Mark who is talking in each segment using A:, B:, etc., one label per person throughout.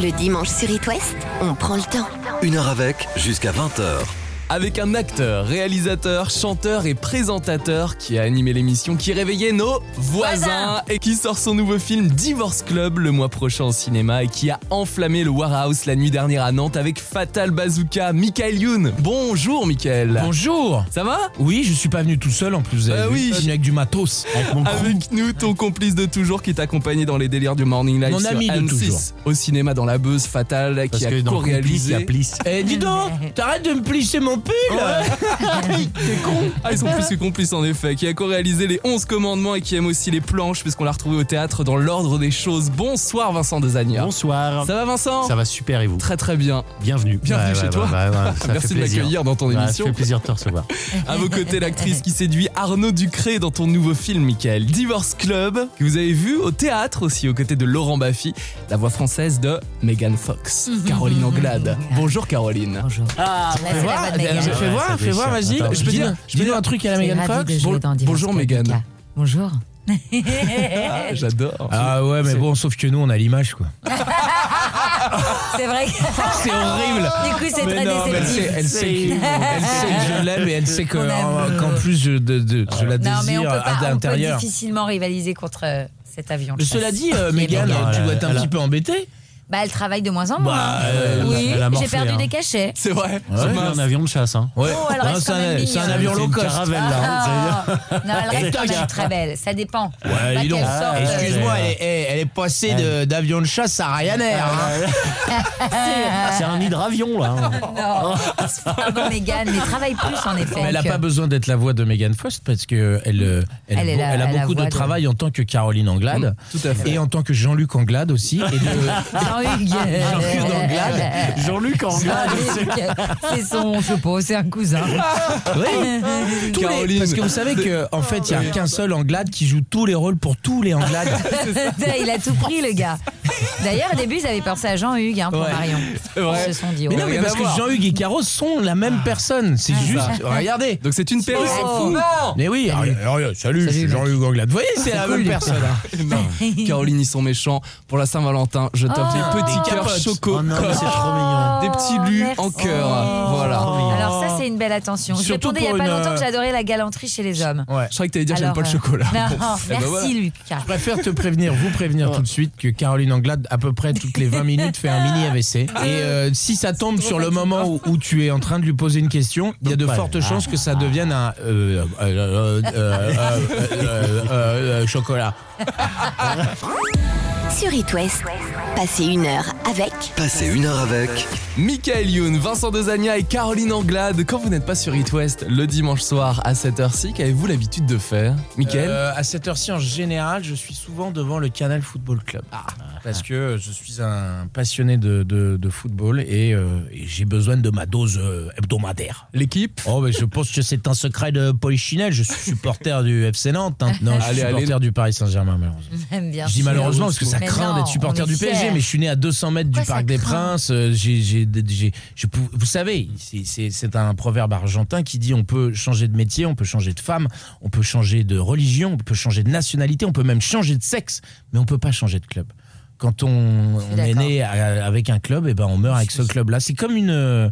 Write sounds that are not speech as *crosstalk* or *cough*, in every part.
A: Le dimanche sur It West, on prend le temps.
B: Une heure avec, jusqu'à 20h.
C: Avec un acteur, réalisateur, chanteur et présentateur qui a animé l'émission qui réveillait nos voisins et qui sort son nouveau film Divorce Club le mois prochain au cinéma et qui a enflammé le Warehouse la nuit dernière à Nantes avec Fatal Bazooka, Michael Youn. Bonjour
D: Bah.
C: Michael.
E: Bonjour
C: Ça va
E: Oui, je suis pas venu tout seul en plus. vous avez
C: Bah
E: vu.
C: oui.
E: Je suis venu avec du matos. Ah Avec mon crew.
C: Avec nous, ton complice de toujours qui t'accompagnait dans les délires du Morning Live
E: Mon
C: sur
E: ami de
C: M6,
E: toujours.
C: au cinéma dans la Buzz Fatale
E: Parce
C: qui
E: que
C: a
E: dans Complice, il y
C: co-réalisé.
E: a Plice. Eh, dis *laughs* donc, t'arrêtes de me plisser mon pull
C: *laughs* T'es con Ah, ils sont plus que complices en effet, qui a co-réalisé les 11 commandements et qui aime aussi les planches puisqu'on l'a retrouvé au théâtre dans l'ordre des choses. Bonsoir Vincent Desagna.
D: Bonsoir.
C: Ça va Vincent
D: Ça va super et vous
C: Très très bien.
D: Bienvenue.
C: Bienvenue chez toi.
E: *laughs*
D: ça
C: Merci
D: fait
C: de
D: plaisir.
C: m'accueillir dans ton
D: Ouais,
C: émission.
D: ça fait plaisir de te recevoir.
C: À vos côtés, l'actrice qui séduit Arnaud Ducré dans ton nouveau film, Michael. Divorce Club, que vous avez vu au théâtre aussi, aux côtés de Laurent Baffy, la voix française de Megan Fox. *laughs* Caroline Anglade. Bonjour Caroline.
F: Bonjour.
E: Ah,
F: Là, c'est la bonne Mégane.
E: fais
D: Ouais,
E: voir,
D: ça
E: fais voir,
D: déchire.
E: vas-y.
D: Attends,
E: Je peux
C: dis-
E: dire, je peux
C: dis-
E: dire un truc à la Megan
F: Ravie
E: Fox
F: de jouer
C: Bon-
F: dans Divorce
C: bonjour,
F: Club,
C: Mégane.
F: Lucas. Bonjour.
C: Ah, J'adore.
E: Ah ouais, mais bon, sauf que nous, on a l'image, quoi.
F: C'est vrai. *laughs* que-
E: C'est horrible
F: Du coup, c'est
E: Mais
F: très
E: non, mais elle sait,
F: déceptif.
E: elle sait que, elle sait que je l'aime et elle sait que- oh,
F: On aime.
E: qu'en plus je, de- de- je la
F: Non, mais on peut,
E: désire
F: pas,
E: à
F: on peut
E: l'intérieur.
F: difficilement rivaliser contre euh, cet avion. de
E: Cela
F: chasse.
E: dit, euh,
F: Qui est
E: Mégane,
F: bon.
D: Non,
E: tu
D: elle a-
E: dois être un
D: elle a-
E: petit peu embêtée.
F: Bah, elle travaille de moins en moins.
E: Bah, elle a-
F: oui,
D: elle a
F: j'ai
D: morflé,
F: perdu
D: hein.
F: des cachets.
C: C'est vrai.
D: C'est
C: Mince.
D: un avion de chasse. Hein.
E: Ouais.
F: Oh, elle
E: Non,
F: reste
E: c'est
F: quand
E: un-
F: même
E: c'est un
F: mignonne.
E: avion
D: C'est
E: low
D: une
E: cost.
D: caravelle, là.
F: Ah. non, elle reste quand même très belle. Ça dépend.
E: Ouais,
F: Pas
E: dis donc.
F: qu'elle sorte,
D: Eh,
F: euh,
E: Excuse-moi, elle, est- eh, elle est passée de- d'avion de chasse à Ryanair. hein.
D: C'est un hydravion, là.
E: *laughs*
D: hein.
F: Non, pardon Mégane, mais travaille plus en effet.
E: Mais elle n'a
F: que-
E: pas besoin d'être la voix de Megan Fox parce que elle, euh, elle,
F: Elle est
E: beau-
F: la-
E: elle a
F: la
E: beaucoup
F: voix
E: de
F: de-
E: travail en tant que Caroline Anglade et en tant que Jean-Luc Anglade aussi. Et *laughs*
F: euh,
E: de-
F: Jean-Hugues. Jean-Hugues *laughs*
E: Anglade.
D: Jean-Luc Anglade.
F: Ah C'est son, je sais pas, c'est un cousin.
E: Ah,
F: *laughs*
E: oui, tous les-
C: Caroline.
E: parce que vous savez que en fait, il n'y a qu'un seul Anglade qui joue tous les rôles pour tous les *laughs* Anglades.
F: *laughs* Il a tout pris, le gars. D'ailleurs, au début, ils avaient pensé à Jean-Hugues hein, pour
E: Ouais.
F: Marion.
C: vrai.
F: Ils se sont dit,
E: Mais
F: oh.
E: non, mais
C: Rien
E: parce
C: à
E: que
C: voir.
E: Jean-Hugues et Caro sont la même personne. Ah. C'est juste, regardez. *laughs*
C: Donc c'est une perruque.
F: pas fou.
E: Mais oui, salut, Ah, salut, je suis Jean-Luc Anglade. Vous voyez, c'est la même personne. *laughs*
C: Non. Caroline, ils sont méchants. Pour la Saint-Valentin, je t'offre
F: Oh.
C: des petits
E: Des
C: cœurs
E: capotes.
C: choco.
D: Oh non,
E: *laughs*
D: mais c'est trop mignon.
C: Des petits lus
F: merci. Oh.
C: en cœur. Voilà.
F: Alors ça, c'est une belle attention. Je
E: Surtout
F: répondais il n'y a
E: pour
F: pas
E: une,
F: longtemps
E: euh,
F: que j'adorais la galanterie chez les hommes.
E: Ouais.
C: Je croyais que t'allais dire j'aime
F: Alors,
C: pas le
F: euh,
C: chocolat.
F: *laughs* Non,
C: Bon. Eh ben
F: merci
C: voilà.
F: Lucas.
E: Je préfère te prévenir, vous prévenir tout de suite que Caroline Anglade, à peu près toutes les 20 minutes, fait un mini AVC. Et euh, si ça tombe sur le moment où, où tu es en train de lui poser une question, il y a de
D: pas
E: fortes chances que ça devienne un euh, euh, euh, euh, euh, euh, euh, euh, chocolat.
A: Sur It West, passez une heure avec
B: Passez une heure avec.
C: Michael Youn, Vincent Desagna et Caroline Anglade. Quand vous n'êtes pas sur It West le dimanche soir à cette heure-ci, qu'avez-vous l'habitude de faire Michael
E: Euh, à cette heure-ci, en général, je suis souvent devant le Canal Football Club. Parce que je suis un passionné de, de- de football et, euh, et j'ai besoin de ma dose euh, hebdomadaire.
C: L'équipe
E: Oh, mais je pense que c'est un secret de polichinelle. Je suis supporter du FC Nantes. hein. Non, je suis
C: Allez, allez.
E: supporter du Paris Saint-Germain, malheureusement.
F: J'aime bien.
E: Je dis malheureusement parce que ça
F: Mais
E: craint
F: non,
E: d'être supporter
F: on est
E: du PSG,
F: fiers.
E: mais je suis né à 200 mètres du
F: Pourquoi
E: Parc
F: ça
E: des
F: craint
E: Princes. euh, j'ai- j'ai- j'ai- je pou- vous savez, c'est- c'est c'est un proverbe argentin qui dit on peut changer de métier, on peut changer de femme, on peut changer de religion, on peut changer de nationalité, on peut même changer de sexe, mais on peut pas changer de club. Quand on,
F: suis
E: on est
F: d'accord.
E: né à- avec un club, et ben on meurt avec
F: Je
E: ce
F: suis-
E: club-là. C'est comme une, euh,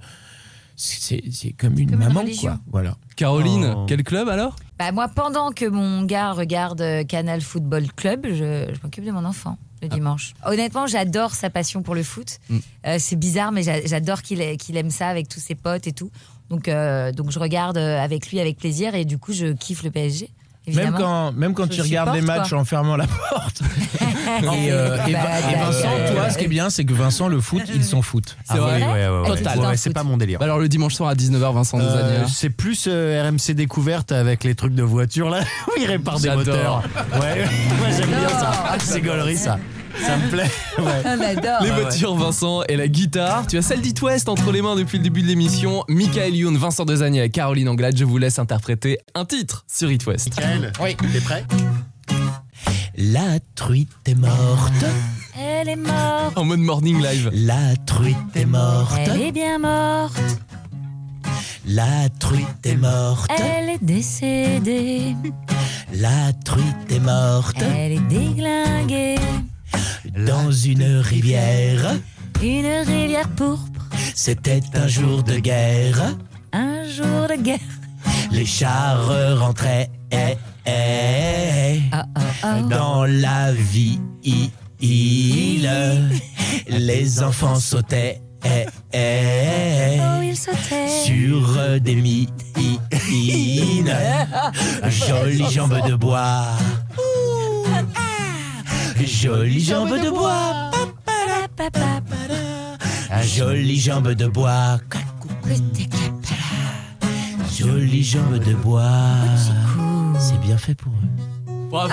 E: c'est c'est comme une
F: Comme une
E: maman,
F: religion.
E: quoi. Voilà.
C: Caroline,
D: Oh.
C: quel club alors
F: Bah, moi, pendant que mon gars regarde euh, Canal Football Club, je, je m'occupe de mon enfant
E: Ah.
F: le dimanche. Honnêtement, j'adore sa passion pour le foot.
C: Mm.
F: Euh, c'est bizarre, mais j'a- j'adore qu'il ait- qu'il aime ça avec tous ses potes et tout. Donc, euh, donc je regarde euh, avec lui avec plaisir et du coup, je kiffe le PSG.
E: Même
F: Évidemment.
E: quand, même quand
F: Je
E: tu regardes
F: supporte,
E: des matchs en fermant la
F: *laughs*
E: porte. et, euh, et
F: Bah,
E: Vin- et
F: d'accord.
E: Vincent, toi, ce qui est bien, c'est que Vincent, le foot, ils sont foot.
C: C'est vrai
D: Ah ouais,
E: Ah
D: ouais, ouais, ouais.
F: Total.
D: Ouais, c'est pas mon délire.
C: Bah Alors le dimanche soir à 19h, Vincent
D: Euh,
C: Desagna.
D: c'est plus euh, RMC découverte avec les trucs de voiture là *laughs* où ils réparent des
C: J'adore.
D: moteurs. Ouais,
E: *laughs*
D: *laughs* moi j'aime bien ça. Ah, c'est gaulerie ça. Ça me
E: *laughs*
D: plaît. Ouais.
F: *laughs* On adore.
C: Les
D: ah bah ouais.
C: voitures, Vincent, et la guitare. Tu as celle d'It West entre les mains depuis le début de l'émission. Michael Youn, Vincent Desagna et Caroline Anglade, je vous laisse interpréter un titre sur It West.
D: Michael, t'es prêt
E: La truite est morte.
F: Elle est morte.
C: En mode morning
D: *laughs*
C: live.
E: La truite est morte.
F: Elle est bien morte.
E: La truite est morte.
F: Elle est décédée.
E: La truite est morte.
F: Elle est déglinguée.
E: Dans une rivière.
F: Une rivière pourpre,
E: C'était un jour de guerre.
F: un jour de guerre.
E: Les chars rentraient eh, eh,
F: Ah, ah, ah.
E: dans la ville. Les enfants sautaient eh, eh,
F: Oh, il sautait.
E: sur des mines. Jolie jambe de bois. Jolie jambe de bois.
F: Papa,
E: Jolie jambe de bois. Jolie jambe de bois. C'est bien fait pour eux.
C: Bravo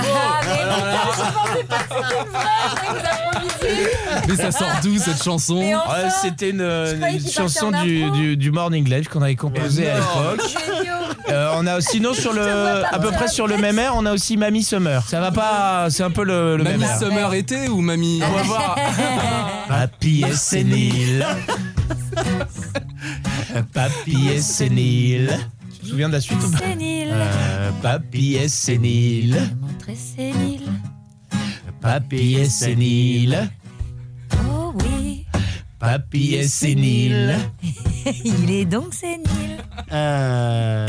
C: Mais ça sort d'où cette chanson
F: Mais enfin,
E: Ouais, C'était une,
F: croyais
E: une
F: qu'il
E: chanson
F: partait en
E: du,
F: impro.
E: du- du Morning Live qu'on avait composé à l'époque.
F: génial.
E: Euh, on a sinon sur le à peu près sur le même air, on a aussi Mamie Summer. Ça va pas, c'est un peu le, le même
C: Mamie
E: air.
C: Summer été ou Mamie
E: On va voir.
F: *laughs*
E: Papy est sénile. Papy est sénile. Tu te souviens de la suite ou pas
F: Sénile.
E: Euh, Papy est sénile.
F: Montrez sénile.
E: Papy est sénile.
F: Oh oui, *laughs*
E: Papy est sénile.
F: il est donc sénile.
D: Euh...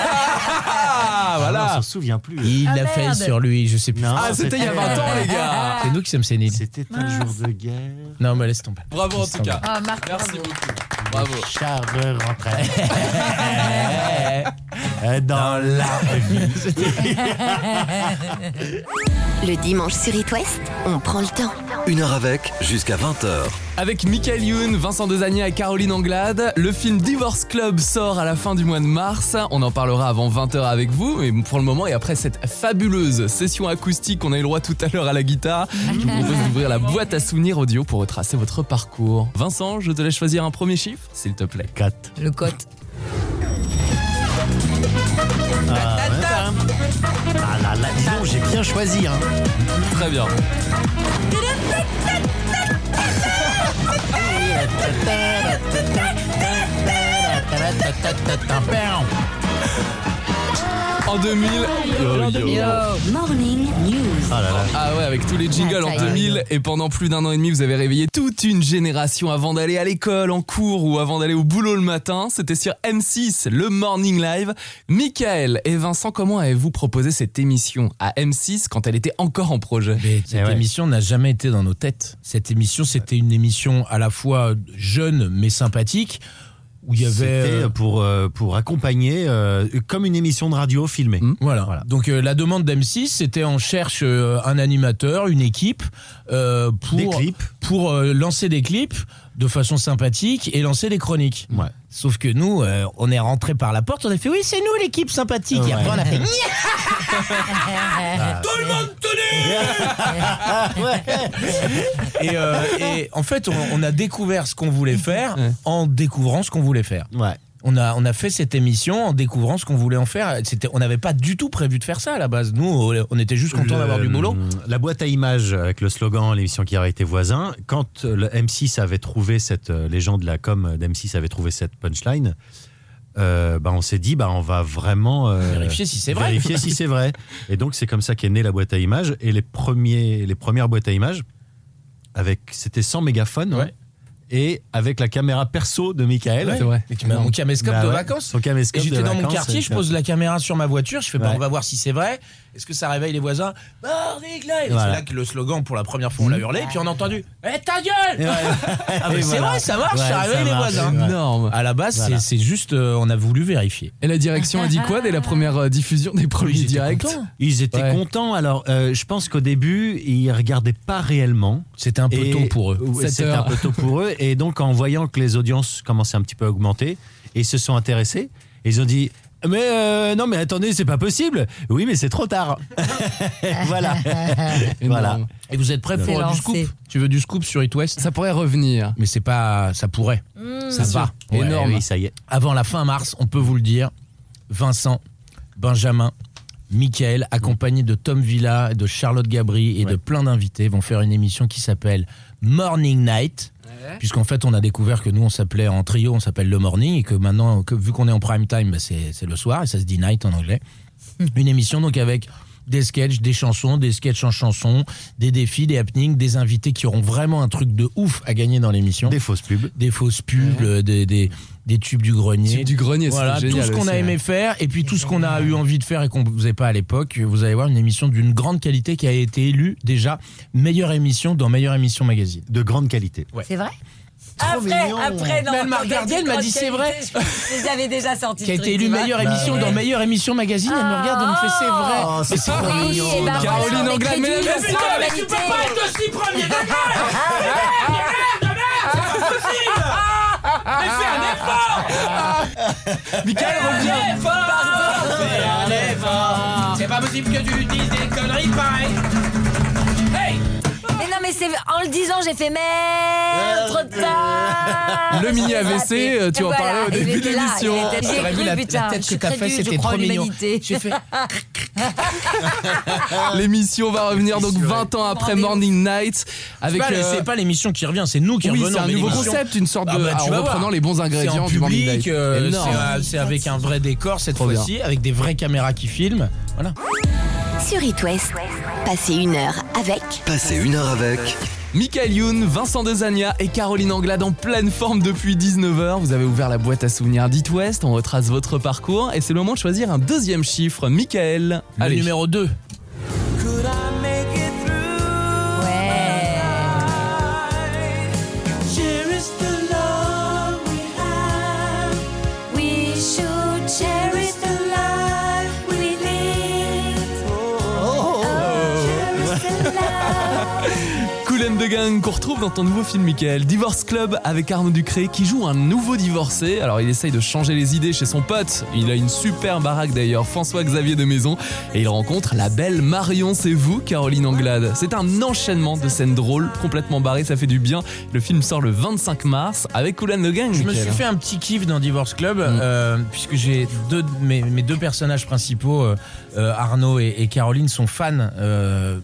C: Ah
D: On
C: voilà
D: s'en souvient plus.
E: Il
F: Ah,
E: a fait
F: merde.
E: sur lui, je sais plus.
D: Non,
C: Ah c'était il y a 20 ans les gars
E: C'est nous qui sommes séniles.
D: C'était un jour de guerre.
E: Non, mais laisse tomber.
C: Bravo en tout cas
F: Oh, Marc,
C: Merci
F: bravo.
C: beaucoup Bravo
D: Les chars
E: *laughs*
D: rentraient
E: Dans
D: Euh, dans
E: la vie.
A: Le dimanche sur It West, on prend le temps.
B: Une heure avec, jusqu'à 20h.
C: Avec Michael Youn, Vincent Desagna et Caroline Anglade, le film Divorce Club sort à la fin du mois de mars. On en parlera avant 20h avec vous, mais pour le moment et après cette fabuleuse session acoustique qu'on a eu le droit tout à l'heure à la guitare, je vous propose d'ouvrir la boîte à souvenirs audio pour retracer votre parcours. Vincent, je te laisse choisir un premier chiffre, s'il te plaît.
D: 4.
F: Le cote.
D: Ah là là, dis donc, j'ai bien choisi. Hein.
C: Très bien. En 2000,
A: Morning News.
D: Ah là là.
C: Ah ouais, avec tous les jingles en
F: Ah, ça y est.
C: 2000 et pendant plus d'un an et demi, vous avez réveillé toute une génération avant d'aller à l'école, en cours ou avant d'aller au boulot le matin. C'était sur M6, le Morning Live. Michael et Vincent, comment avez-vous proposé cette émission à M6 quand elle était encore en projet
E: Mais cette
D: ouais.
E: émission n'a jamais été dans nos têtes. Cette émission, c'était une émission à la fois jeune mais sympathique, où il y avait.
D: C'était
E: euh,
D: pour, euh, pour accompagner euh, comme une émission de radio filmée.
E: Voilà.
D: Voilà.
E: Donc euh, la demande d'M6, c'était on cherche euh, un animateur, une équipe euh, pour
D: Des clips.
E: pour euh, lancer des clips de façon sympathique et lancer des chroniques.
D: Ouais.
E: Sauf que nous, euh, on est rentré par la porte, on a fait oui, c'est nous l'équipe sympathique. Et
D: Ouais.
E: après on a
D: *laughs*
E: fait
F: Ah,
D: Ah.
E: *laughs* et, euh, et en fait, on, on a découvert ce qu'on voulait faire
C: Ouais.
E: en découvrant ce qu'on voulait faire.
D: Ouais.
E: On a, on a fait cette émission en découvrant ce qu'on voulait en faire. C'était, on n'avait pas du tout prévu de faire ça à la base. Nous, on- on était juste contents
D: Le-
E: d'avoir du boulot.
D: La boîte à images avec le slogan l'émission qui aurait été voisin. Quand euh, le M6 avait trouvé cette euh, les gens de la com d'M6 avaient trouvé cette punchline, euh, bah on s'est dit bah on va vraiment euh,
E: Vérifier si c'est vrai. *laughs*
D: vérifier si c'est vrai. Et donc c'est comme ça qu'est née la boîte à images et les premiers les premières boîtes à images avec c'était sans mégaphone
E: Ouais.
D: hein, et avec la caméra perso de Michael.
E: Eh Ouais.
C: vrai.
E: Et tu m'as mon caméscope
D: Bah
E: de
D: ouais,
E: vacances.
D: son caméscope
E: Et j'étais
D: de
E: dans mon
D: vacances,
E: quartier,
D: et-
E: je
D: *laughs*
E: pose la caméra sur ma voiture, je fais bah,
D: Ouais.
E: on va voir si c'est vrai. Est-ce que ça réveille les voisins Bah, Morning Live hein. Et
D: Voilà.
E: C'est là que le slogan pour la première fois on l'a hurlé, et puis on a entendu Eh ta gueule *laughs*
D: Ouais.
E: Ah, mais
D: Et
E: C'est
D: voilà.
E: vrai, ça marche,
D: Ouais,
E: ça réveille
D: ça
E: les
D: marche,
E: voisins.
D: ouais.
C: Énorme.
E: À la base, c'est-
D: Voilà.
E: c'est juste, euh, on a voulu vérifier.
C: Et la direction a dit quoi dès la première euh, diffusion des premiers
E: Ils étaient
C: directs
E: contents.
D: Ils étaient
C: Ouais.
D: contents. Alors, euh, je pense qu'au début, ils regardaient pas réellement.
E: C'était un peu
D: Et-
E: tôt pour eux.
D: Ouais,
C: Sept
D: C'était un
C: heures.
D: peu tôt pour eux. Et donc, en voyant que les audiences commençaient un petit peu à augmenter, et ils se sont intéressés. Et ils ont dit. Mais euh, non, mais attendez, c'est pas possible. Oui, mais c'est trop tard. voilà.
E: *laughs*
D: Voilà.
C: Énorme.
E: Et vous êtes prêts
F: C'est
E: pour euh, du
F: lancé.
E: scoop Tu veux du scoop sur It West
C: Ça pourrait revenir.
E: Mais c'est pas, ça pourrait,
F: Mmh.
E: ça va.
C: Ouais, Énorme.
D: Oui, ça y est.
E: Avant la fin mars, on peut vous le dire, Vincent, Benjamin, Michael, accompagnés de Tom Villa, de Charlotte Gabri et de plein d'invités, vont faire une émission qui s'appelle Morning Night. Puisqu'en fait, on a découvert que nous, on s'appelait en trio, on s'appelle le morning, et que maintenant, que, vu qu'on est en prime time, bah, c'est c'est le soir, et ça se dit night en anglais. Une émission donc avec des sketchs, des chansons, des sketchs en chansons, des défis, des happenings, des invités qui auront vraiment un truc de ouf à gagner dans l'émission.
D: Des
E: Des,
D: fausses pubs.
E: fausses pubs, euh, des, des, des tubes du grenier.
C: Tube du grenier,
E: Voilà,
C: c'est génial.
E: tout ce qu'on
C: aussi, hein.
E: a aimé
C: ouais.
E: faire et puis tout ce qu'on a eu envie de faire et qu'on ne faisait pas à l'époque. Vous allez voir une émission d'une grande qualité qui a été élue déjà meilleure émission dans Meilleure émission magazine.
D: De grande qualité.
F: C'est vrai
D: Trop mignon.
F: non.
E: Mais elle m'a
F: quand
E: regardé,
F: t'as dit
E: elle m'a
F: grande
E: dit, c'est
F: qualité, Je les avais déjà sortis.
E: Qui a été élue meilleure
D: Bah
E: émission
D: ouais.
E: dans Meilleure émission magazine. Elle me
F: Ah.
E: regarde, elle me fait c'est vrai.
D: Oh, c'est
E: Mais
D: trop
E: vrai.
D: mignon.
F: Oui, et ben
C: Caroline
F: voilà, on est
C: Anglade,
F: crédules,
C: mesdames et
F: c'est
C: messieurs,
F: la
C: mais
F: vérité.
E: aussi premier
C: Michael, reviens
E: C'est pas possible que tu dises des conneries pareilles.
F: Mais non, mais c'est en le disant, j'ai fait merde, trop tard.
C: Le mini AVC, euh, tu en
F: Voilà,
C: parlais au
F: il
C: début
F: était
C: de
F: là,
C: l'émission.
F: il était- J'ai
E: J'aurais vu
F: cru,
E: la, la
F: putain,
E: tête
F: je
E: que
F: suis
E: t'as fait,
F: crédule, je
E: c'était
F: crois en
E: trop mignon.
F: *laughs* l'humanité.
E: J'ai fait
C: Euh, L'émission va revenir donc 20 ans après
F: Rendez-vous.
C: Morning Night avec
E: pas-
C: euh,
E: c'est Bah, pas l'émission qui revient, c'est nous qui
C: oui,
E: revenons.
C: c'est un
E: mais
C: nouveau
E: l'émission-
C: concept, une sorte de
E: Ah bah, tu
C: en
E: vas
C: reprenant
E: voir.
C: les bons
E: C'est
C: ingrédients
E: en
C: du Morning Night.
E: public, euh,
C: Énorme.
E: c'est- c'est avec un vrai décor cette
C: Trop
E: fois-ci, avec des vraies caméras qui filment. Voilà.
A: Sur It West, passez une heure avec
B: Passez une heure avec.
C: Michael Youn, Vincent Desagna et Caroline Anglade en pleine forme depuis 19h. Vous avez ouvert la boîte à souvenirs d'It West, on retrace votre parcours et c'est le moment de choisir un deuxième chiffre. Michael,
E: Le
C: allez.
E: numéro 2.
F: Ouais. We should cherish the life we live. Cherish the life.
C: Cool and the Gang qu'on retrouve dans ton nouveau film Michael, Divorce Club avec Arnaud Ducré qui joue un nouveau divorcé. Alors il essaye de changer les idées chez son pote. Il a une super baraque d'ailleurs, François-Xavier de Maison, et il rencontre la belle Marion, c'est vous Caroline Anglade. C'est un enchaînement de scènes drôles, complètement barrées, ça fait du bien. Le film sort le 25 mars avec Cool and the Gang.
E: Je me
C: Michael. Mm.
E: suis fait un petit kiff dans Divorce Club, euh, puisque j'ai deux, de mes, mes deux personnages principaux, euh, euh, Arnaud et, et Caroline, sont fans. euh,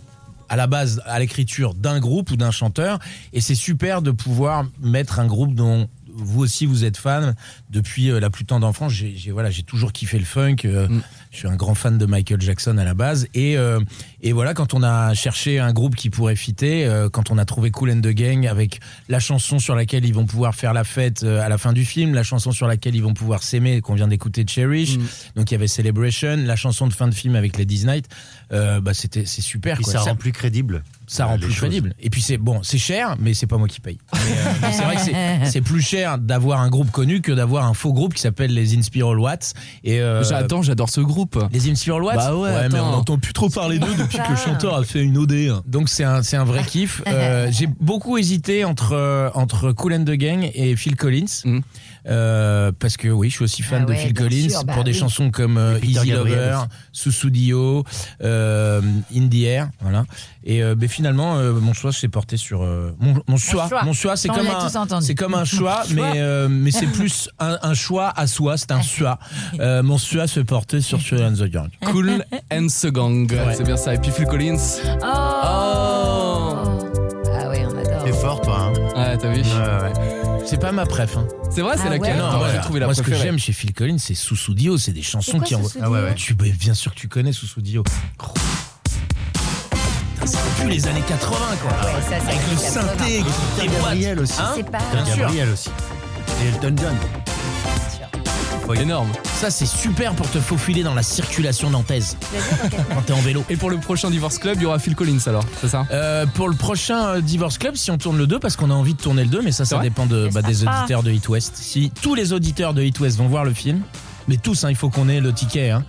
E: à la base, à l'écriture d'un groupe ou d'un chanteur. Et c'est super de pouvoir mettre un groupe dont vous aussi vous êtes fan depuis euh, la plus tendre enfance. J'ai j'ai- voilà, j'ai toujours kiffé le funk. euh,
C: Mm.
E: Je suis un grand fan de Michael Jackson à la base. Et, euh, et voilà, quand on a cherché un groupe qui pourrait fitter, euh, quand on a trouvé Cool and the Gang avec la chanson sur laquelle ils vont pouvoir faire la fête euh, à la fin du film, la chanson sur laquelle ils vont pouvoir s'aimer qu'on vient d'écouter Cherish,
C: Mm.
E: donc il y avait Celebration, la chanson de fin de film avec Ladies Night, euh, bah c'était c'est super.
D: Et
E: quoi.
D: ça rend plus crédible.
E: Ça rend
D: les
E: plus
D: choses.
E: crédible. Et puis c'est bon, c'est cher, mais c'est pas moi qui paye. Mais, euh, mais c'est vrai que
D: *laughs*
E: c'est- c'est plus cher d'avoir un groupe connu que d'avoir un faux groupe qui s'appelle les Inspiral Watts. Et euh,
C: J'attends, j'adore ce groupe.
E: les Inspiral Watts.
C: Bah ouais,
E: mais
C: attends.
E: on n'entend plus trop parler d'eux depuis
F: Ah.
E: que le chanteur a fait une OD. hein. Donc c'est un c'est un vrai
F: *laughs*
E: kiff. Euh, J'ai beaucoup hésité entre euh, entre Cool and the Gang et Phil Collins.
C: Mm.
E: Euh, parce que oui, je suis aussi fan
F: Ah
E: de
F: ouais,
E: Phil
F: bien
E: Collins
F: sûr, bah
E: pour des
F: oui.
E: chansons comme euh,
D: Et Peter
E: Easy
D: Gabriel
E: Lover,
D: aussi.
E: Susu Dio, euh, In the Air, voilà. Et euh, mais finalement, euh, mon choix s'est porté sur euh, mon, mon choix.
F: choix.
E: Mon choix, c'est
F: On
E: comme
F: l'a tous
E: un,
F: entendu.
E: c'est comme un choix, mais euh, mais c'est plus un, un choix à soi. C'est un choix. Euh, mon choix se portait sur Sugar and the Gang.
C: *laughs* Cool and the Gang. C'est bien ça. Et puis Phil Collins.
F: Oh.
C: Oh.
F: Ah ouais, on adore.
D: T'es fort, toi. hein.
C: Ouais, t'as vu
D: Ouais, ouais.
E: C'est pas ma préf. Hein.
C: C'est vrai, c'est
F: Ah
C: laquelle
F: ouais.
C: Attends,
E: voilà.
C: J'ai trouvé la
E: Moi, ce que
C: préférée.
E: j'aime chez Phil Collins, c'est Susu Dio. C'est des chansons
F: C'est quoi
E: qui envoient.
F: ce
D: Ah ouais, ouais.
E: Tu, bah, bien sûr que tu connais Soussou Dio. Putain, Ça pue les années 80 quoi.
F: Ouais, ça, c'est
E: Ah Avec le
F: les années
E: synthé, des boîtes.
D: Gabriel aussi.
E: Hein
F: C'est pas.
D: Peter
E: Bien sûr.
D: Gabriel aussi. Et Elton John.
C: Énorme.
E: Ça c'est super pour te faufiler dans la circulation nantaise quand t'es en vélo.
C: Et pour le prochain Divorce Club, il y aura Phil Collins alors, c'est ça
E: Euh, pour le prochain euh, Divorce Club, si on tourne le 2, parce qu'on a envie de tourner le 2, mais ça, ça
C: vrai
E: dépend de, bah, des
F: Ah.
E: auditeurs de Hit West. Si tous les auditeurs de Hit West vont voir le film, mais tous, hein, il faut qu'on ait le ticket, hein,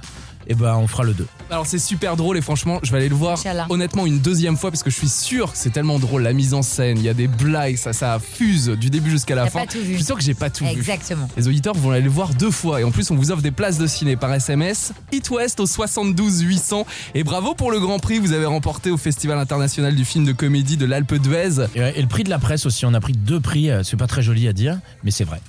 E: et ben on fera le 2.
C: Alors c'est super drôle et franchement, je vais aller le voir
F: Inch'Allah.
C: honnêtement une deuxième fois parce que je suis sûr que c'est tellement drôle la mise en scène, il y a des blagues, ça ça fuse du début jusqu'à la
F: T'as
C: fin.
F: pas tout vu.
C: Je suis sûr que j'ai pas tout vu.
F: Exactement.
C: Les auditeurs vont aller le voir deux fois et en plus on vous offre des places de ciné par SMS Hit West au 72 800 et bravo pour le grand prix vous avez remporté au Festival international du film de comédie de l'Alpe d'Huez.
E: Et, ouais, et le prix de la presse aussi, on a pris deux prix, euh, c'est pas très joli à dire, mais c'est vrai.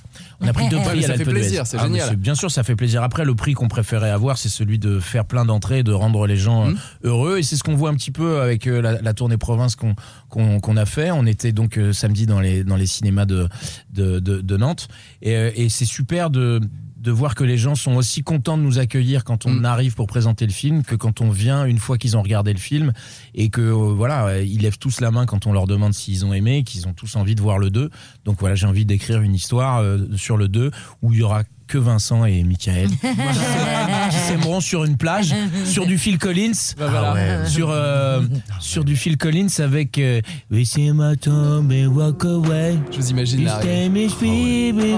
E: On a pris deux
C: Ouais, mais
E: prix à
C: ça fait
E: l'Alpe d'Huez.
C: plaisir, c'est
E: Ah, mais
C: génial.
E: Bien sûr, ça fait plaisir. Après, le prix qu'on préférait avoir, c'est celui de faire plein d'entrées, de rendre les gens euh,
C: Mhm.
E: heureux. Et c'est ce qu'on voit un petit peu avec euh, la, la tournée province qu'on qu'on qu'on a fait. On était donc euh, samedi dans les, dans les cinémas de, de, de, de Nantes. Et, euh, et c'est super de de de voir que les gens sont aussi contents de nous accueillir quand on
C: Mm.
E: arrive pour présenter le film que quand on vient une fois qu'ils ont regardé le film et que euh, voilà, euh, ils lèvent tous la main quand on leur demande s'ils ont aimé, qu'ils ont tous envie de voir le 2. Donc voilà, j'ai envie d'écrire une histoire euh, sur le 2 où il y aura que Vincent et
F: *laughs*
E: Michael qui s'aimeront sur une plage, sur du Phil Collins,
D: Ah
C: Bah voilà.
E: sur, euh, sur du Phil Collins avec euh, We see my tomb and walk away.
C: Je vous imagine
E: You
C: là.
E: stay me free
F: Au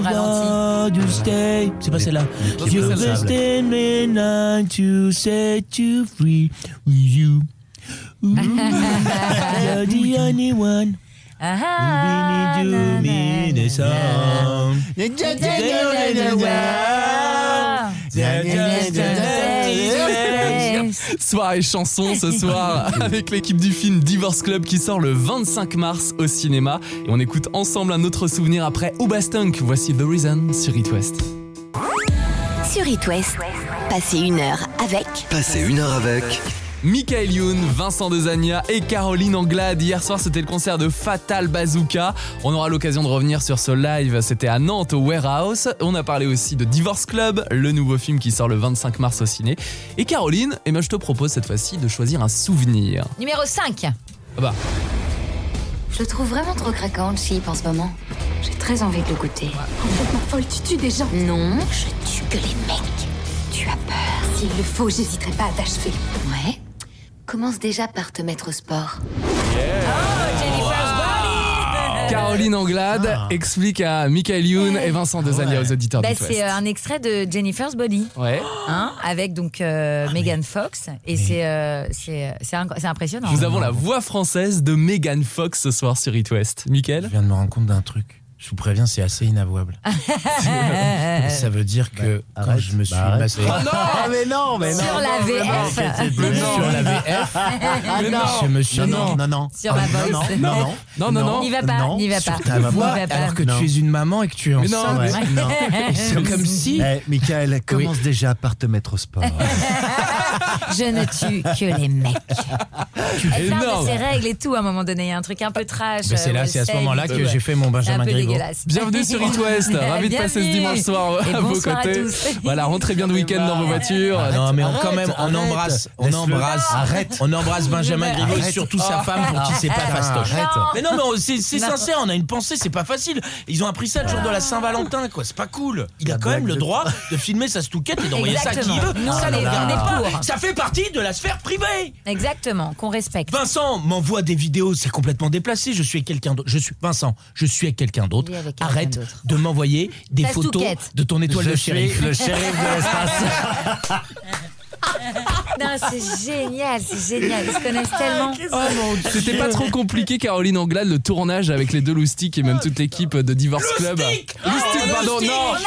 E: without
F: ralenti.
E: you stay. C'est pas celle-là.
C: petits
E: You
C: bouts de
E: will
C: sable.
E: stay me night to set you free with you. Ooh, You're the only one
F: Ah,
E: who
F: ah,
E: really do
F: na,
E: me
F: na,
E: the song.
F: na.
C: Soirée chanson ce soir avec l'équipe du film Divorce Club qui sort le 25 mars au cinéma. Et on écoute ensemble un autre souvenir après Oubastunk. Voici The Reason sur It West.
A: Sur It West, passez une heure avec
B: Passez une heure avec.
C: Michael Youn, Vincent Desagna et Caroline Anglade. Hier soir, c'était le concert de Fatal Bazooka. On aura l'occasion de revenir sur ce live. C'était à Nantes au Warehouse. On a parlé aussi de Divorce Club, le nouveau film qui sort le 25 mars au ciné. Et Caroline, eh ben, je te propose cette fois-ci de choisir un souvenir.
F: Numéro 5.
C: Ah bah,
G: Je le trouve vraiment trop craquant, le chip, en ce moment. J'ai très envie de le goûter.
H: Complètement folle, tu tues des gens.
G: Non, je tue que les mecs. Tu as peur.
H: S'il le faut, j'hésiterai pas à t'achever.
G: Ouais. Commence déjà par te mettre au sport.
C: Caroline Anglade
E: Ah.
C: explique à Michael Youn et Vincent Desagna aux auditeurs
F: Bah,
C: du West.
F: c'est euh, un extrait de Jennifer's Body,
C: Ouais.
E: Oh.
F: hein, avec donc euh, Megan Fox. Et c'est euh, c'est c'est inc- c'est impressionnant.
C: Nous avons la voix française de Megan Fox ce soir sur It West.
E: Je
C: Michael
E: viens de me rendre compte d'un truc. Je vous préviens, c'est assez inavouable.
F: Ah, Euh,
E: Ça veut dire que quand
D: arrête.
E: je me suis
D: Bah, arrête.
E: masturbé
D: mais non, mais
F: Sur la VF.
C: Mais non.
E: sur la VF,
F: Ah
E: je me suis
D: Non,
E: dit,
D: non, non, non. Ah,
F: Sur la
D: Non,
F: voice.
D: non, non, non.
C: Non, non, non.
F: N'y va pas,
D: Non,
F: n'y va
E: sur
F: pas.
E: ta
F: n'y
E: voix,
F: va pas.
E: alors que
D: Non.
E: tu es une maman et que tu es
C: Mais non,
E: enceinte.
D: Ouais, non.
E: C'est
C: *laughs*
F: *laughs*
E: comme si.
D: Eh, Michael, commence déjà par te mettre au *laughs* sport.
F: Je ne tue que
C: *laughs*
F: les mecs. Elle parle
C: Énorme.
F: de ses règles et tout à un moment donné. Il y a un truc un peu trash.
E: Ben, c'est
F: euh,
E: là,
F: où
E: c'est
F: elle
E: à ce
F: saigne
E: moment-là
F: et
E: que
F: tout.
E: j'ai fait mon
F: C'est un
E: Benjamin
F: peu
E: Griveaux.
F: dégueulasse.
C: Bienvenue sur It
F: *laughs*
C: West. Ravi de passer ce
F: Bienvenue.
C: dimanche soir
F: Et
C: à vos
F: bonsoir à
C: côtés.
F: tous.
C: Voilà, rentrez bien de week-end dans vos voitures.
E: Ah non, mais on- quand
D: Arrête,
E: même, on
D: arrête.
E: embrasse, on
D: Laisse-le.
E: embrasse,
D: Arrête.
E: on embrasse Benjamin
F: Arrête.
E: Griveaux et surtout sa femme pour qui c'est pas fastoche.
D: Arrête.
E: Mais non, mais on- c'est c'est
F: Non.
E: sincère, on a une pensée, c'est pas facile. Ils ont appris ça le jour de la Saint-Valentin, quoi. C'est pas cool. Il a
D: La
E: quand même
D: blague
E: le
D: de-
E: droit de filmer sa stouquette et d'envoyer ça à qui il
F: Exactement.
E: veut.
F: Non,
E: ça ne
F: mais
E: regardez
F: on est
E: pas.
F: pour.
E: Ça fait partie de la sphère privée.
F: Exactement, qu'on respecte.
E: Vincent m'envoie des vidéos, c'est complètement déplacé. Je suis avec quelqu'un d'autre. Je suis Vincent, je suis avec quelqu'un d'autre.
F: Il est avec quelqu'un
E: Arrête
F: d'autre.
E: de m'envoyer des
F: Ta
E: photos
F: stouquette.
E: de ton étoile
D: Je
E: de
D: suis
E: shérif.
D: le shérif de l'espace.
F: Non, c'est génial, c'est génial. Ils se
C: Ah,
F: connaissent tellement.
C: Oh C'était pas trop compliqué, Caroline Anglade, le tournage avec les deux loustiques et même toute l'équipe de Divorce Club.
E: Loustic
C: Loustic,
E: Oh,
C: pardon,
E: loustic
C: non
F: On a eu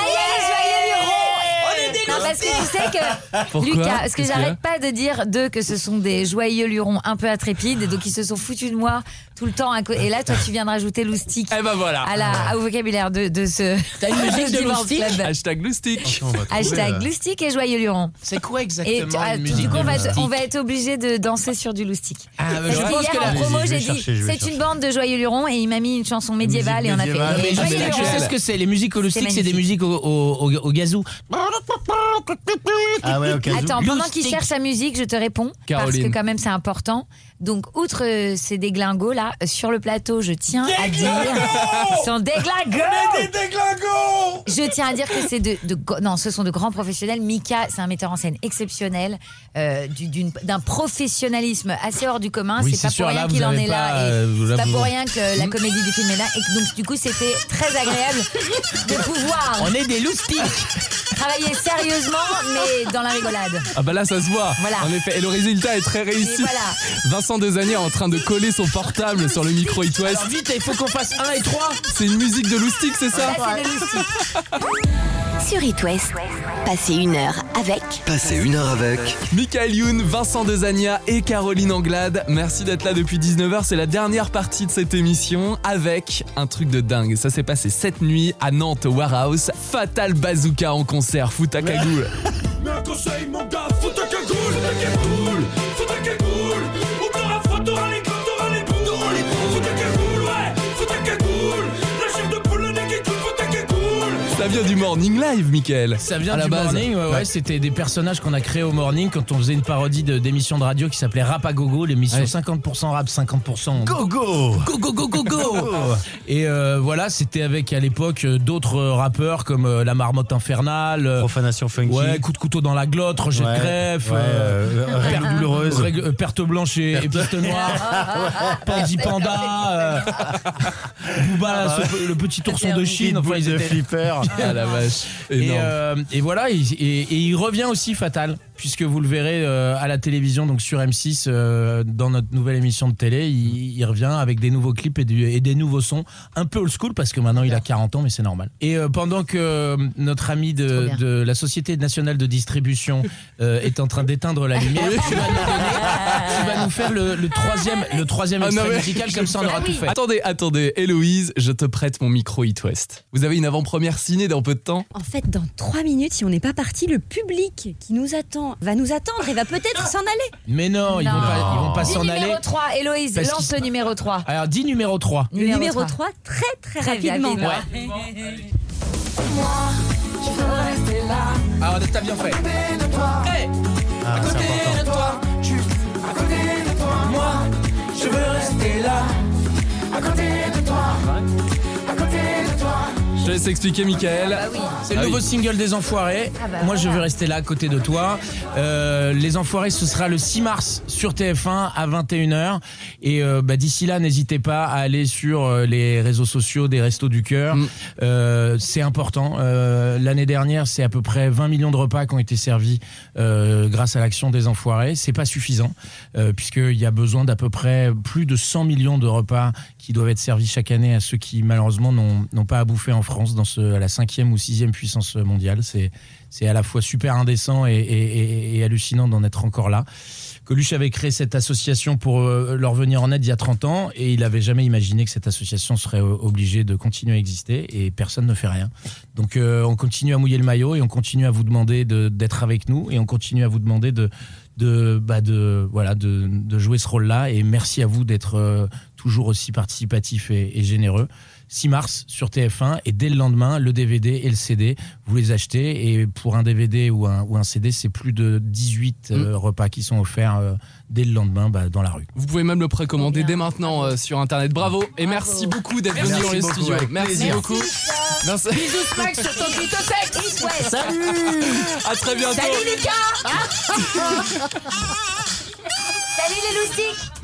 F: les joyeux lurons Non, parce que tu sais que.
C: Pourquoi
F: Lucas, parce que
C: Qu'est-ce qu'il y a
F: j'arrête pas de dire d'eux que ce sont des joyeux lurons un peu intrépides, et donc ils se sont foutus de moi tout le temps. à co- Et là, toi, tu viens de rajouter loustique
C: Eh ben voilà
F: à la, au vocabulaire de, de ce. T'as *laughs* une
E: musique de loustic
C: Hashtag Loustic
F: Hashtag loustic et joyeux luron.
E: C'est quoi exactement
F: Et tu- ah,
E: une
F: tu-
E: musique
F: du coup,
E: de
F: on va, être,
E: loustic
F: on va être obligé de danser sur du loustic.
E: Ah, mais
F: Parce
E: je
F: que
E: pense
F: hier,
E: que la-
F: en promo,
D: Allez-y, je
F: j'ai
D: vais
F: dit
D: chercher, je vais
F: c'est une
D: chercher.
F: bande de joyeux lurons et il m'a mis une chanson médiévale et on a fait.
D: médiévale.
F: et
E: Mais je,
F: Joyeux
E: sais, je
F: Lurons.
E: sais ce que c'est, les musiques holistiques, c'est des
F: magnifique.
E: musiques au, au, au, au gazou.
D: Ah ouais, ok.
F: Attends, pendant
E: Loustic.
F: qu'il cherche sa musique, je te réponds. Parce
C: Caroline.
F: que quand même, c'est important. Donc, outre euh, ces déglingos là, euh, sur le plateau, je tiens à dire. Ils sont déglingos Je tiens à dire que c'est de, de gr- non, ce sont de grands professionnels. Mika, c'est un metteur en scène exceptionnel, euh, du- d'une- d'un professionnalisme assez hors du commun.
E: Oui,
F: c'est
E: c'est
F: pas
E: sûr,
F: pour
E: là,
F: rien
E: vous
F: qu'il en
E: avez
F: est
E: pas,
F: là. et
E: euh, là,
F: c'est pas
E: vous-
F: pour rien que la comédie du film est là. Et donc, du coup, c'était très agréable de pouvoir
E: On est des loustiques
F: travailler sérieusement, mais dans la rigolade.
C: Ah bah là ça se voit
F: Voilà.
C: En effet, et le résultat est très réussi
F: Et voilà.
C: Vincent Desagna est en train de coller son portable sur le micro It West.
E: Alors vite, il faut qu'on fasse 1 et 3
C: C'est une musique de Loustic, c'est ça
F: Là, c'est de l'outil.
A: Sur It West, passez une heure avec
B: Passez une heure avec.
C: Michael Youn, Vincent Desagna et Caroline Anglade, merci d'être là depuis 19h, c'est la dernière partie de cette émission avec un truc de dingue. Ça s'est passé cette nuit à Nantes au Warehouse, Fatal Bazooka en concert, fout à cagoule. Ça vient du Morning Live, Michael.
E: Ça vient
C: à la
E: du
C: base.
E: morning, ouais, ouais, c'était des personnages qu'on a créés au morning quand on faisait une parodie de- d'émission de, radio qui s'appelait Rap à Gogo, l'émission
C: Ouais.
E: 50% rap, 50%.
D: Go go
E: Go go go go *laughs* go Et euh, voilà, c'était avec à l'époque euh, d'autres euh, rappeurs comme euh, La Marmotte Infernale, euh,
D: Profanation funky.
E: ouais, Coup de couteau dans la glotte, Roger de
D: Ouais,
E: Greffe,
D: ouais,
E: euh,
D: euh, règle douloureuse.
E: Règle- euh, Perte Blanche et, et Piste Noire, Pandy Panda, euh, Booba, ce- le petit ourson de Chine, enfin ils
D: de
E: étaient
D: flipper.
C: *laughs* Ah la vache.
E: et,
C: Énorme.
E: euh, et voilà, et, et- et il revient aussi Fatal, puisque vous le verrez euh, à la télévision, donc sur M6, euh, dans notre nouvelle émission de télé, il, il revient avec des nouveaux clips et, du- et des nouveaux sons, un peu old school, parce que maintenant il a 40 ans, mais c'est normal. Et euh, pendant que euh, notre ami de,
F: bien.
E: de la Société nationale de distribution euh, est en train d'éteindre la lumière, tu vas nous, donner- tu vas nous faire le, le troisième, le troisième
C: Ah, non,
E: extrait
C: mais-
E: musical, comme ça on aura tout fait.
C: Attendez, attendez, Héloïse, je te prête mon micro Hit West. Vous avez une avant-première ciné dans peu de temps
I: En fait, dans trois minutes, si on n'est pas parti, le public qui nous attend va nous attendre et va peut-être s'en aller.
E: Mais non, ils vont
F: Non.
E: pas, ils vont pas
F: Dis
E: s'en aller.
F: numéro 3, Héloïse,
E: Parce
F: lance
E: qu'il-
F: le numéro 3.
E: Alors, dis numéro 3.
I: Le numéro, 3, très très,
F: Très
I: rapidement.
F: rapidement.
E: Ah, on a bien fait.
D: Ah, c'est important.
C: Je te laisse expliquer, Michael.
E: C'est le
C: Ah
E: nouveau
C: oui.
E: single des Enfoirés.
F: Ah bah
E: Moi, je
F: voilà.
E: veux rester là à côté de toi. Euh, les Enfoirés, ce sera le 6 mars sur TF1 à 21h. Et euh, bah, d'ici là, n'hésitez pas à aller sur euh, les réseaux sociaux des Restos du Cœur.
C: Mm.
E: Euh, c'est important. Euh, L'année dernière, c'est à peu près 20 millions de repas qui ont été servis euh, grâce à l'action des Enfoirés. C'est pas suffisant euh, puisqu'il y a besoin d'à peu près plus de 100 millions de repas qui doivent être servis chaque année à ceux qui malheureusement n'ont n'ont pas à bouffer en France dans ce, à la cinquième ou sixième puissance mondiale. C'est c'est à la fois super indécent et, et- et- et hallucinant d'en être encore là. Coluche avait créé cette association pour euh, leur venir en aide il y a 30 ans et il n'avait jamais imaginé que cette association serait euh, obligée de continuer à exister et personne ne fait rien. Donc euh, on continue à mouiller le maillot et on continue à vous demander de- d'être avec nous et on continue à vous demander de, de, bah, de, voilà, de, de jouer ce rôle-là et merci à vous d'être euh, toujours aussi participatif et, et généreux. 6 mars sur TF1 et dès le lendemain, le DVD et le CD, vous les achetez et pour un DVD ou un, ou un CD, c'est plus de 18 euh, repas qui sont offerts euh, dès le lendemain bah, dans la rue.
C: Vous pouvez même le précommander
F: Bien.
C: dès maintenant euh, sur Internet. Bravo, et merci beaucoup d'être venu dans le
D: beaucoup,
C: studio.
D: avec
C: Merci
D: plaisir.
C: beaucoup. Merci.
F: Max sur ton clitosex. Ouais.
C: À très bientôt.
F: *laughs* Salut Lucas Salut les loustiques